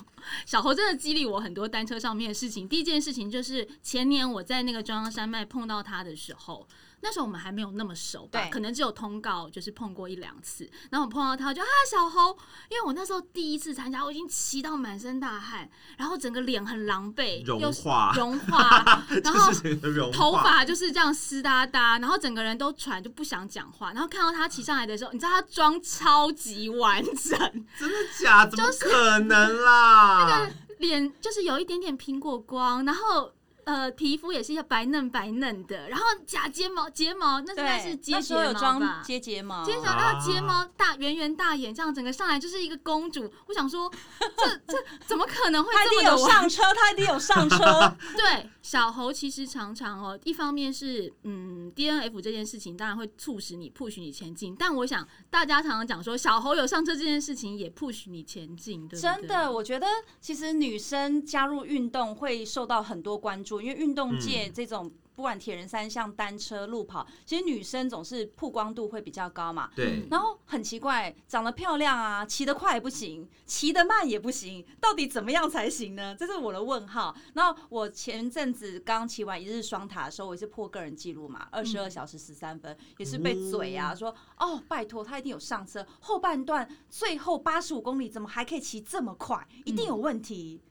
[SPEAKER 3] 小猴真的激励我很多单车上面的事情。第一件事情就是前年我在那个中央山脉碰到他的时候，那时候我们还没有那么熟吧，
[SPEAKER 1] 对
[SPEAKER 3] 可能只有通告，就是碰过一两次。然后我碰到他，我就啊小猴，因为我那时候第一次参加，我已经骑到满身大汗，然后整个脸很狼狈，
[SPEAKER 2] 融
[SPEAKER 3] 又
[SPEAKER 2] 化，
[SPEAKER 3] 融化，然后
[SPEAKER 2] 就是这个融化
[SPEAKER 3] 头发就是这样湿哒哒，然后整个人都喘，就不想讲话。然后看到他骑上来的时候，你知道他妆超级完整，
[SPEAKER 2] 真的假？怎么可能啦？
[SPEAKER 3] 脸就是有一点点苹果光，然后呃皮肤也是要白嫩白嫩的，然后假睫毛睫毛那应该
[SPEAKER 1] 对，
[SPEAKER 3] 是接
[SPEAKER 1] 那时
[SPEAKER 3] 睫
[SPEAKER 1] 候有
[SPEAKER 3] 毛
[SPEAKER 1] 装
[SPEAKER 3] 吧。
[SPEAKER 1] 接睫毛，啊
[SPEAKER 3] 接睫毛，然后睫毛大圆圆大眼，这样整个上来就是一个公主。我想说，这这怎么可能会
[SPEAKER 1] 他一
[SPEAKER 3] 这
[SPEAKER 1] 定
[SPEAKER 3] 么的
[SPEAKER 1] 有
[SPEAKER 3] 完
[SPEAKER 1] 上车，他一定有上 车。
[SPEAKER 3] 对，小猴其实常常哦，一方面是嗯 DNF 这件事情，当然会促使你 push 你前进，但我想大家常常讲说，小猴有上车这件事情也 push 你前进，对不对？
[SPEAKER 1] 真的，，我觉得其实女生加入运动会受到很多关注，因为运动界
[SPEAKER 3] 嗯
[SPEAKER 1] 这种、不管铁人三项、单车、路跑，其实女生总是曝光度会比较高嘛。
[SPEAKER 2] 对，
[SPEAKER 1] 然后很奇怪，长得漂亮啊，骑得快也不行，骑得慢也不行，到底怎么样才行呢？这是我的问号。那我前阵子刚骑完一日双塔的时候，我也是破个人记录嘛，二十二小时十三分，也是被嘴啊说哦，拜托他一定有上车，后半段最后八十五公里怎么还可以骑这么快？一定有问题。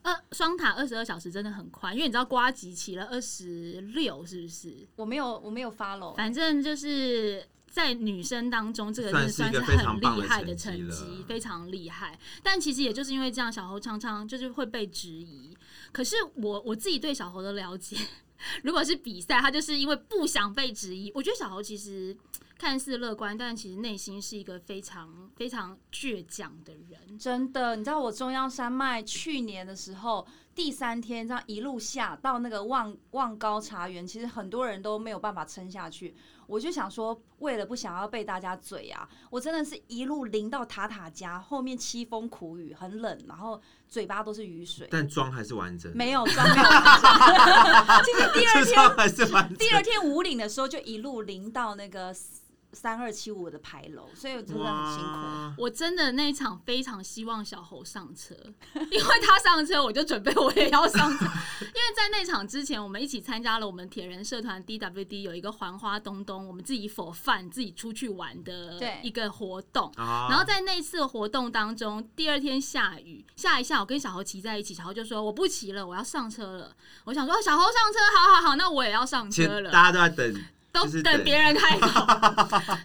[SPEAKER 3] 呃，双塔二十二小时真的很快，因为你知道瓜吉骑了二十六，是不是？
[SPEAKER 1] 我没有，我没有 follow，
[SPEAKER 3] 反正就是在女生当中，这个真的算
[SPEAKER 2] 算是一
[SPEAKER 3] 是
[SPEAKER 2] 个
[SPEAKER 3] 很
[SPEAKER 2] 非常棒的
[SPEAKER 3] 厉害的
[SPEAKER 2] 成绩
[SPEAKER 3] 成
[SPEAKER 2] 了
[SPEAKER 3] 绩，非常厉害。但其实也就是因为这样，小猴常常就是会被质疑。可是我我自己对小猴的了解， 如果是比赛，他就是因为不想被质疑。我觉得小猴其实看似乐观，但其实内心是一个非常非常倔强的人。
[SPEAKER 1] 真的，你知道我中央山脉去年的时候，第三天这样一路下到那个望望高茶园，其实很多人都没有办法撑下去。我就想说，为了不想要被大家嘴啊，我真的是一路淋到塔塔家，后面凄风苦雨，很冷，然后嘴巴都是雨 水，
[SPEAKER 2] 但妆还是完整的，
[SPEAKER 1] 没有装，没有装其实第二
[SPEAKER 2] 这
[SPEAKER 1] 天
[SPEAKER 2] 妆还是完整的。
[SPEAKER 1] 第二天五岭的时候，就一路淋到那个三二七五的牌楼，所以我真的很辛苦。
[SPEAKER 2] 哇，
[SPEAKER 3] 我真的那一场非常希望小猴上车，因为他上车，我就准备我也要上车。因为在那场之前，我们一起参加了我们铁人社团 DWD 有一个环花东东，我们自己否饭自己出去玩的
[SPEAKER 1] 对
[SPEAKER 3] 一个活动。
[SPEAKER 2] 啊
[SPEAKER 3] 然后在那次活动当中，第二天下雨，下一下我跟小猴骑在一起，小猴就说我不骑了，我要上车了。我想说哦小猴上车，好好好，那我也要上
[SPEAKER 2] 其
[SPEAKER 3] 车
[SPEAKER 2] 实
[SPEAKER 3] 了。
[SPEAKER 2] 大家都在等，
[SPEAKER 3] 都
[SPEAKER 2] 就是
[SPEAKER 3] 等
[SPEAKER 2] 等
[SPEAKER 3] 别人 开口。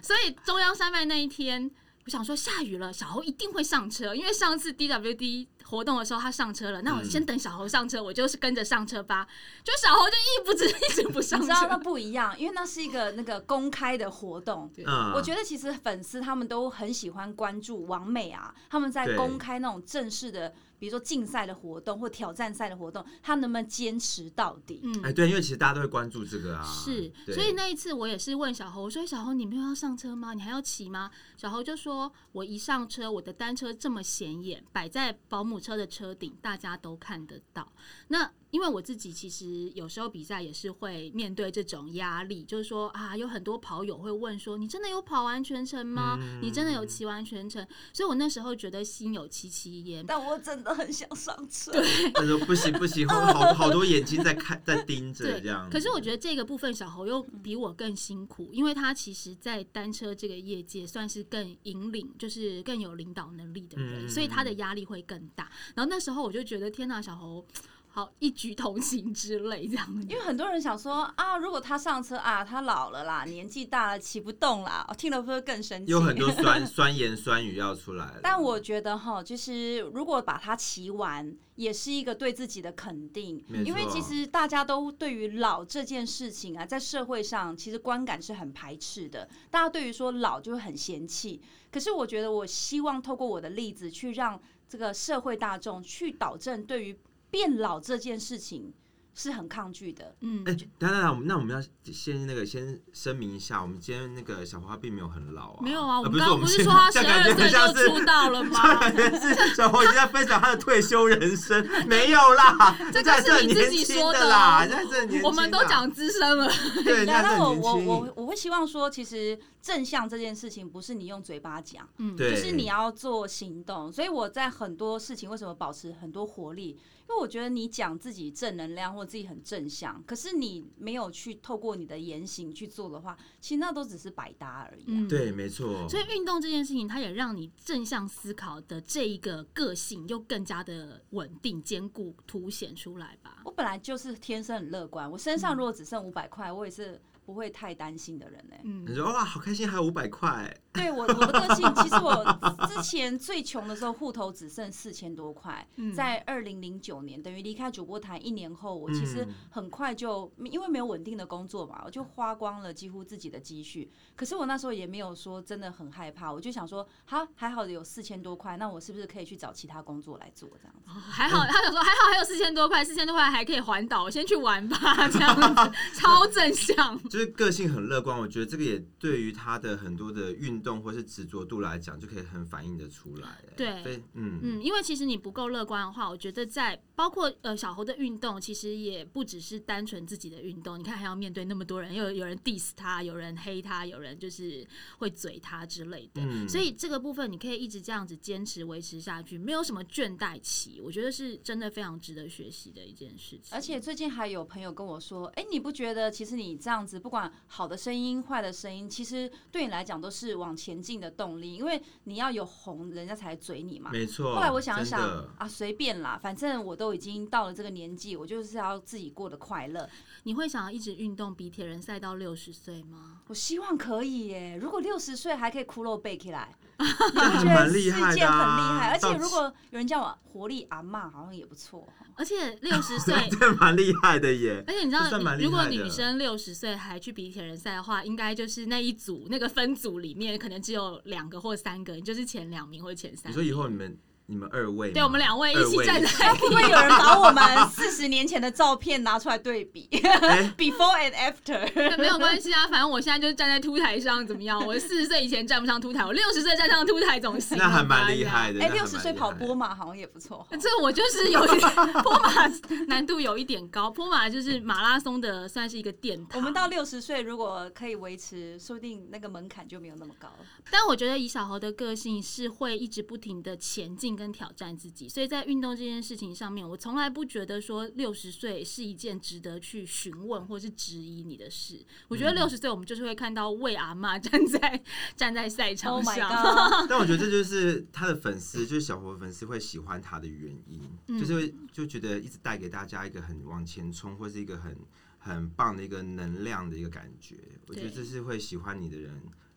[SPEAKER 3] 所以中央山脉那一天，我想说下雨了，小猴一定会上车，因为上次 DWD 活动的时候他上车了，那我先
[SPEAKER 2] 嗯
[SPEAKER 3] 等小猴上车，我就是跟着上车吧。就小猴就一不直一直不上
[SPEAKER 1] 你知道那
[SPEAKER 3] 车。
[SPEAKER 1] 不一样，因为那是一个那个公开的活动。
[SPEAKER 2] 嗯，
[SPEAKER 1] 我觉得其实粉丝他们都很喜欢关注王美啊，他们在
[SPEAKER 2] 对
[SPEAKER 1] 公开那种正式的，比如说竞赛的活动或挑战赛的活动，他能不能坚持到底？
[SPEAKER 3] 嗯
[SPEAKER 2] 哎，，对，因为其实大家都会关注这个啊，
[SPEAKER 3] 是，
[SPEAKER 2] 对
[SPEAKER 3] 所以那一次我也是问小猴，我说小猴你没有要上车吗？你还要骑吗？小猴就说，我一上车，我的单车这么显眼，摆在保姆车的车顶，大家都看得到。那因为我自己其实有时候比赛也是会面对这种压力，就是说啊，有很多跑友会问说，你真的有跑完全程吗？
[SPEAKER 2] 嗯
[SPEAKER 3] 你真的有骑完全程？所以我那时候觉得心有戚戚焉，
[SPEAKER 1] 但我真的很想上车。
[SPEAKER 2] 他说不行不行，后面好好多眼睛在看在盯着
[SPEAKER 3] 对
[SPEAKER 2] 这样。
[SPEAKER 3] 可是我觉得这个部分小侯又比我更辛苦，因为他其实，在单车这个业界算是更引领，就是更有领导能力的人，
[SPEAKER 2] 嗯
[SPEAKER 3] 所以他的压力会更大。然后那时候我就觉得，天呐，小侯好一举同行之类这样子
[SPEAKER 1] 因。为很多人想说啊，如果他上车啊，他老了啦，年纪大了，骑不动啦，哦听了会不会更生气？
[SPEAKER 2] 有很多酸酸言酸语要出来了，
[SPEAKER 1] 但我觉得哈，就是如果把它骑完，也是一个对自己的肯定
[SPEAKER 2] 没，
[SPEAKER 1] 因为
[SPEAKER 2] 错
[SPEAKER 1] 其实大家都对于老这件事情啊，在社会上其实观感是很排斥的，大家对于说老就会很嫌弃。可是我觉得，我希望透过我的例子，去让这个社会大众去导正对于变老这件事情是很抗拒的。
[SPEAKER 3] 嗯
[SPEAKER 2] 哎，，等等等，我们那我们要先那个先声明一下，我们今天那个小花并没有很老啊，
[SPEAKER 3] 没有啊，我
[SPEAKER 2] 呃
[SPEAKER 3] 们
[SPEAKER 2] 不
[SPEAKER 3] 刚
[SPEAKER 2] 是
[SPEAKER 3] 刚不是
[SPEAKER 2] 现
[SPEAKER 3] 说他
[SPEAKER 2] 这
[SPEAKER 3] 十
[SPEAKER 2] 样感觉
[SPEAKER 3] 二岁
[SPEAKER 2] 很像
[SPEAKER 3] 就是出道了 吗？
[SPEAKER 2] 感觉是小侯已经在分享他的退休 人生，没有啦，
[SPEAKER 3] 这个
[SPEAKER 2] 还
[SPEAKER 3] 是
[SPEAKER 2] 是很
[SPEAKER 3] 你自
[SPEAKER 2] 年
[SPEAKER 3] 己
[SPEAKER 2] 轻
[SPEAKER 3] 说
[SPEAKER 2] 的
[SPEAKER 3] 的哦
[SPEAKER 2] 啦，人家还是很年轻啊的
[SPEAKER 3] 我们都讲资深了，
[SPEAKER 2] 对，人家
[SPEAKER 1] 那
[SPEAKER 2] 还是
[SPEAKER 1] 那我
[SPEAKER 2] 很
[SPEAKER 1] 我
[SPEAKER 2] 年轻
[SPEAKER 1] 我，嗯我会希望说，其实正向这件事情不是你用嘴巴讲。
[SPEAKER 3] 嗯，
[SPEAKER 2] 对，
[SPEAKER 1] 就是你要做行动。所以我在很多事情为什么保持很多活力？因为我觉得你讲自己正能量或自己很正向，可是你没有去透过你的言行去做的话，其实那都只是百搭而已、啊。
[SPEAKER 3] 嗯
[SPEAKER 2] 对，没错，
[SPEAKER 3] 所以运动这件事情，它也让你正向思考的这一个个性又更加的稳定、坚固、凸显出来吧。
[SPEAKER 1] 我本来就是天生很乐观，我身
[SPEAKER 3] 嗯
[SPEAKER 1] 上如果只剩五百块，我也是不会太担心的人呢、
[SPEAKER 2] 你
[SPEAKER 3] 嗯，
[SPEAKER 2] 说哇，好开心，还有五百块，
[SPEAKER 1] 对我我的个性，其实我之前最穷的时候，户头只剩四千多块。
[SPEAKER 3] 嗯
[SPEAKER 1] 在二零零九年，等于离开主播台一年后，我其实
[SPEAKER 2] 嗯
[SPEAKER 1] 很快就因为没有稳定的工作嘛，我就花光了几乎自己的积蓄。可是我那时候也没有说真的很害怕，我就想说，好，还好有四千多块，那我是不是可以去找其他工作来做这样子？
[SPEAKER 3] 还好，他想说还好还有四千多块，四千多块还可以环岛，我先去玩吧， 这样子超正向。
[SPEAKER 2] 就是个性很乐观，我觉得这个也对于他的很多的运动或是执着度来讲，就可以很反映的出来。哎
[SPEAKER 3] 对
[SPEAKER 2] 非嗯
[SPEAKER 3] 嗯，因为其实你不够乐观的话，我觉得在包括呃小猴的运动，其实也不只是单纯自己的运动，你看还要面对那么多人，又有有人 diss 他，有人黑他，有人就是会嘴他之类的，
[SPEAKER 2] 嗯
[SPEAKER 3] 所以这个部分你可以一直这样子坚持维持下去，没有什么倦怠期，我觉得是真的非常值得学习的一件事情。
[SPEAKER 1] 而且最近还有朋友跟我说，哎、你不觉得其实你这样子不管好的声音、坏的声音，其实对你来讲都是往前进的动力，因为你要有红，人家才嘴你嘛。
[SPEAKER 2] 没错。
[SPEAKER 1] 后来我想
[SPEAKER 2] 真
[SPEAKER 1] 想
[SPEAKER 2] 的
[SPEAKER 1] 啊，随便啦，反正我都已经到了这个年纪，我就是要自己过得快乐。
[SPEAKER 3] 你会想要一直运动比铁人赛到六十岁吗？
[SPEAKER 1] 我希望可以耶！如果六十岁还可以骷髅背起来，
[SPEAKER 2] 那
[SPEAKER 1] 我
[SPEAKER 2] 还
[SPEAKER 1] 觉
[SPEAKER 2] 啊 蛮
[SPEAKER 1] 得是
[SPEAKER 2] 厉
[SPEAKER 1] 一
[SPEAKER 2] 害的
[SPEAKER 1] 件很
[SPEAKER 2] 啊、
[SPEAKER 1] 厉害。而
[SPEAKER 2] 到
[SPEAKER 1] 且如 果有人叫我活力阿嬷，好像也不错。
[SPEAKER 3] 而且六十 岁，
[SPEAKER 2] 这蛮厉害的耶。
[SPEAKER 3] 而且你知
[SPEAKER 2] 这
[SPEAKER 3] 道
[SPEAKER 2] 算蛮
[SPEAKER 3] 你，
[SPEAKER 2] 厉
[SPEAKER 3] 如果
[SPEAKER 2] 害的
[SPEAKER 3] 女生六十岁还去比铁人赛的话，应该就是那一组那个分组里面可能只有两个或三个，你就是前两名或前三
[SPEAKER 2] 你
[SPEAKER 3] 名。
[SPEAKER 2] 说以后你们你们二位吗，
[SPEAKER 3] 对我们两位一
[SPEAKER 2] 二
[SPEAKER 3] 起
[SPEAKER 2] 位
[SPEAKER 3] 站
[SPEAKER 2] 一
[SPEAKER 3] 在
[SPEAKER 1] 会不会有人把我们四十年前的照片拿出来对比 ，before and after？
[SPEAKER 3] 没有关系啊，反正我现在就是站在凸台上，怎么样？我四十岁以前站不上凸台，我六十岁站上凸台总行了
[SPEAKER 2] 那
[SPEAKER 3] 吧。
[SPEAKER 2] 还蛮厉害
[SPEAKER 3] 的。
[SPEAKER 2] 的。
[SPEAKER 1] 哎，
[SPEAKER 2] 那还
[SPEAKER 1] 六
[SPEAKER 2] 蛮
[SPEAKER 1] 十岁
[SPEAKER 2] 厉
[SPEAKER 1] 跑
[SPEAKER 2] 害
[SPEAKER 1] 波马好像也不 错。
[SPEAKER 3] 这我就是有一点 坡马难度有一点高，坡马就是马拉松的算是一个殿
[SPEAKER 1] 我
[SPEAKER 3] 堂。
[SPEAKER 1] 们到六十岁，如果可以维持，说不定那个门槛就没有那么高了。
[SPEAKER 3] 但我觉得以小猴的个性是会一直不停的前进跟挑战自己，所以在运动这件事情上面，我从来不觉得说六十岁是一件值得去询问或是质疑你的事。我觉
[SPEAKER 1] 嗯
[SPEAKER 3] 得六十岁我们就是会看到魏阿妈站在站在赛场
[SPEAKER 1] Oh my
[SPEAKER 3] 上
[SPEAKER 1] god！
[SPEAKER 2] 但我觉得这就是他的粉丝，就是小活粉丝会喜欢他的原因，
[SPEAKER 3] 嗯
[SPEAKER 2] 就是会就觉得一直带给大家一个很往前冲，或是一个很很棒的一个能量的一个感觉。我觉得
[SPEAKER 3] 对
[SPEAKER 2] 这是会喜欢你的人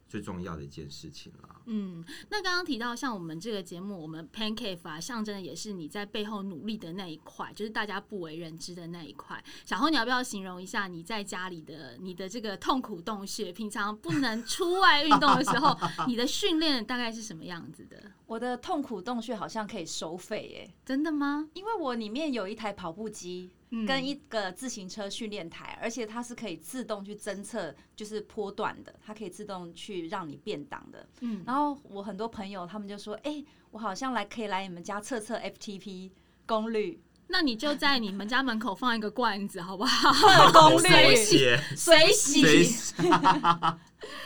[SPEAKER 2] 最重要的一件事情啦。
[SPEAKER 3] 嗯，那刚刚提到像我们这个节目，我们 Pancake 啊，象征的也是你在背后努力的那一块，就是大家不为人知的那一块。小红，你要不要形容一下你在家里的你的这个痛苦洞穴？平常不能出外运动的时 候，你的训练大概是什么样子的？
[SPEAKER 1] 我的痛苦洞穴好像可以收费耶，
[SPEAKER 3] 真的吗？
[SPEAKER 1] 因为我里面有一台跑步机，
[SPEAKER 3] 嗯
[SPEAKER 1] 跟一个自行车训练台，而且它是可以自动去侦测，就是坡段的，它可以自动去让你变档的。
[SPEAKER 3] 嗯，
[SPEAKER 1] 然后我很多朋友他们就说：“哎、我好像来可以来你们家测测 FTP 功 率，
[SPEAKER 3] 那你就在你们家门口放一个罐子，好不好？
[SPEAKER 1] 测功率，
[SPEAKER 2] 谁写
[SPEAKER 1] 水
[SPEAKER 2] 谁
[SPEAKER 1] 洗。
[SPEAKER 2] 写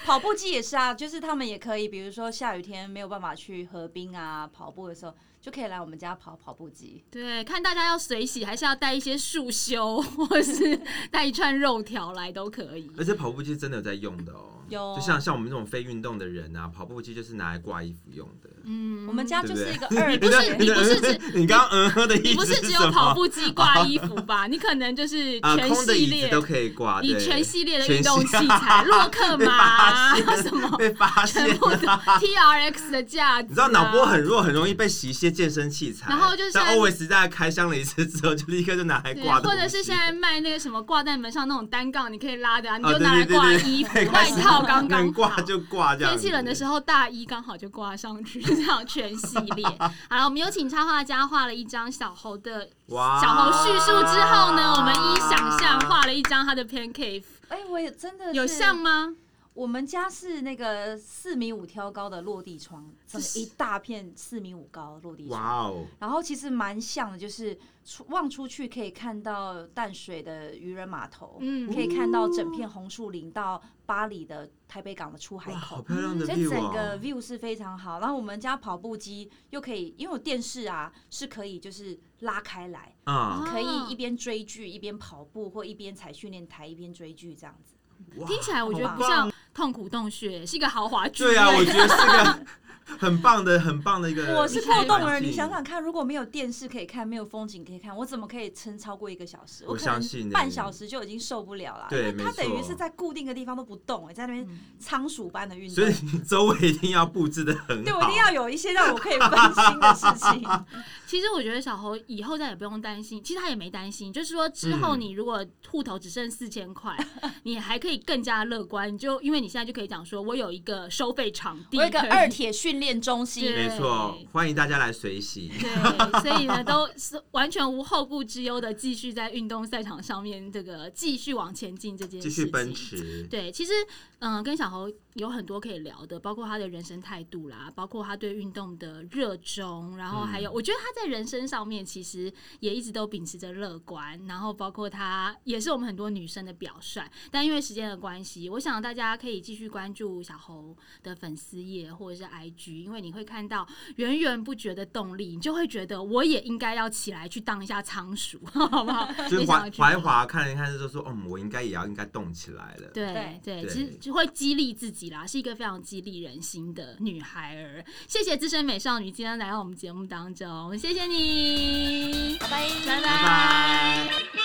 [SPEAKER 1] 跑步机也是啊，就是他们也可以，比如说下雨天没有办法去河滨啊跑步的时候，就可以来我们家跑跑步机。
[SPEAKER 3] 对，看大家要水洗，还是要带一些束修，或是带一串肉条来都可以。
[SPEAKER 1] 呃
[SPEAKER 2] 而且跑步机真的有在用的哦，
[SPEAKER 1] 有
[SPEAKER 2] 就像像我们这种非运动的人啊，跑步机就是拿来挂衣服用的。
[SPEAKER 3] 嗯，
[SPEAKER 1] 我们家
[SPEAKER 2] 对
[SPEAKER 1] 就
[SPEAKER 2] 不对
[SPEAKER 1] 是一个 二
[SPEAKER 3] 不是
[SPEAKER 1] 阶
[SPEAKER 3] 你不是
[SPEAKER 2] 嗯你刚刚嗯哼的
[SPEAKER 3] 你
[SPEAKER 2] 意
[SPEAKER 3] 不
[SPEAKER 2] 思
[SPEAKER 3] 是只
[SPEAKER 2] 什
[SPEAKER 3] 有
[SPEAKER 2] 么
[SPEAKER 3] 跑步机挂衣服 吧？你可能就是
[SPEAKER 2] 啊，
[SPEAKER 3] 全
[SPEAKER 2] 空的
[SPEAKER 3] 系
[SPEAKER 2] 椅子
[SPEAKER 3] 列，
[SPEAKER 2] 都可以挂，
[SPEAKER 3] 你
[SPEAKER 2] 对
[SPEAKER 3] 全系列的
[SPEAKER 2] 全
[SPEAKER 3] 运动
[SPEAKER 2] 系
[SPEAKER 3] 器材，洛克
[SPEAKER 2] 被
[SPEAKER 3] 马
[SPEAKER 2] 发
[SPEAKER 3] 啊
[SPEAKER 2] 现
[SPEAKER 3] 什么
[SPEAKER 2] 被发
[SPEAKER 3] 全
[SPEAKER 2] 现
[SPEAKER 3] 部的
[SPEAKER 2] 了。
[SPEAKER 3] T R X 的架子啊，
[SPEAKER 2] 你知道脑波很弱，很容易被洗一些健身器材。
[SPEAKER 3] 啊然后就是
[SPEAKER 2] 在
[SPEAKER 3] 现在
[SPEAKER 2] always 大家开箱了一次之后，就立刻就拿来
[SPEAKER 3] 对啊
[SPEAKER 2] 挂的东
[SPEAKER 3] 或
[SPEAKER 2] 西，
[SPEAKER 3] 者是现在卖那个什么挂在门上那种单杠，你可以拉的啊，你
[SPEAKER 2] 哦
[SPEAKER 3] 就拿来
[SPEAKER 2] 对对对
[SPEAKER 3] 挂
[SPEAKER 2] 对
[SPEAKER 3] 衣服、
[SPEAKER 2] 对
[SPEAKER 3] 外
[SPEAKER 2] 开始
[SPEAKER 3] 套，刚刚
[SPEAKER 2] 能挂
[SPEAKER 3] 好
[SPEAKER 2] 就挂这样
[SPEAKER 3] 天
[SPEAKER 2] 子。
[SPEAKER 3] 气冷的时候，大衣刚好就挂上去，这样全系 列。好了，我们有请插画家画了一张小猴的
[SPEAKER 2] 哇，哦
[SPEAKER 3] 小猴叙述之后呢，我们依想象画了一张他的 pancake，
[SPEAKER 1] 哎、我也真的
[SPEAKER 3] 有
[SPEAKER 1] 是
[SPEAKER 3] 像吗？
[SPEAKER 1] 我们家是那个四米五挑高的落地窗，整个一大片四米五高落地窗。
[SPEAKER 2] 哇哦，
[SPEAKER 1] 然后其实蛮像的，就是出望出去可以看到淡水的渔人码头，
[SPEAKER 3] 嗯
[SPEAKER 1] 可以看到整片红树林到巴黎的台北港的出海
[SPEAKER 2] 哇，好
[SPEAKER 1] 口，
[SPEAKER 2] 漂亮的
[SPEAKER 1] 所以嗯
[SPEAKER 2] view
[SPEAKER 1] 整个
[SPEAKER 2] 哦！
[SPEAKER 1] view 是非常好。然后我们家跑步机又可以，因为我电视啊是可以就是拉开来，
[SPEAKER 2] 啊，
[SPEAKER 3] 哦
[SPEAKER 1] 可以一边追剧一边跑步，或一边踩训练台一边追剧这样子。
[SPEAKER 2] 哇
[SPEAKER 3] 听起来我觉得
[SPEAKER 2] 好
[SPEAKER 3] 不
[SPEAKER 2] 棒
[SPEAKER 3] 像痛苦洞穴，是一个豪华剧
[SPEAKER 2] 对啊，我
[SPEAKER 3] 院。
[SPEAKER 2] 觉得是个很棒的、很棒的一个。
[SPEAKER 1] 我是过动人，
[SPEAKER 2] 一个
[SPEAKER 1] 你想想看，如果没有电视可以看，没有风景可以看，我怎么可以撑超过一个小时？
[SPEAKER 2] 我
[SPEAKER 1] 可
[SPEAKER 2] 相信
[SPEAKER 1] 能
[SPEAKER 2] 呢
[SPEAKER 1] 半小时就已经受不了了，因
[SPEAKER 2] 对
[SPEAKER 1] 为
[SPEAKER 2] 没
[SPEAKER 1] 它等于
[SPEAKER 2] 错
[SPEAKER 1] 是在固定的地方都不动，哎，在那边仓鼠般的运动
[SPEAKER 2] 环境，所。以你周围一定要布置的很好。
[SPEAKER 1] 对，我一定要有一些让我可以分心的事情。
[SPEAKER 3] 其实我觉得小猴以后再也不用担心，其实他也没担心，就是说之后
[SPEAKER 2] 嗯
[SPEAKER 3] 你如果户头只剩四千 块，你还可以更加乐观，你就因为你现在就可以讲说，我有一个收费场地，
[SPEAKER 1] 我有一个
[SPEAKER 3] 可以
[SPEAKER 1] 二铁训练中心，
[SPEAKER 3] 对
[SPEAKER 2] 没错，欢迎大家来随喜。
[SPEAKER 3] 对，所以呢，都是完全无后顾之忧的，继续在运动赛场上面这个继续往前进这件
[SPEAKER 2] 继
[SPEAKER 3] 事情，
[SPEAKER 2] 续奔驰。
[SPEAKER 3] 对，其实嗯、呃跟小侯有很多可以聊的，包括他的人生态度啦，包括他对运动的热衷，然后还
[SPEAKER 2] 嗯
[SPEAKER 3] 有、我觉得他在人生上面其实也一直都秉持着乐观，然后包括他也是我们很多女生的表率。但因为时间的关系，我想大家可以继续关注小侯的粉丝页或者是 IG，因为你会看到源源不绝的动力，你就会觉得我也应该要起来去当一下仓鼠， 好不好？
[SPEAKER 2] 就是
[SPEAKER 3] 也
[SPEAKER 2] 滑
[SPEAKER 3] 想去
[SPEAKER 2] 滑一滑，看了一看，就说，嗯，我应该也要应该动起来了。
[SPEAKER 3] 对对，
[SPEAKER 2] 对
[SPEAKER 3] 其实就会激励自己啦，是一个非常激励人心的女孩儿。谢谢资深美少女今天来到我们节目当中，谢谢你，
[SPEAKER 1] 拜拜。
[SPEAKER 3] 拜
[SPEAKER 2] 拜拜。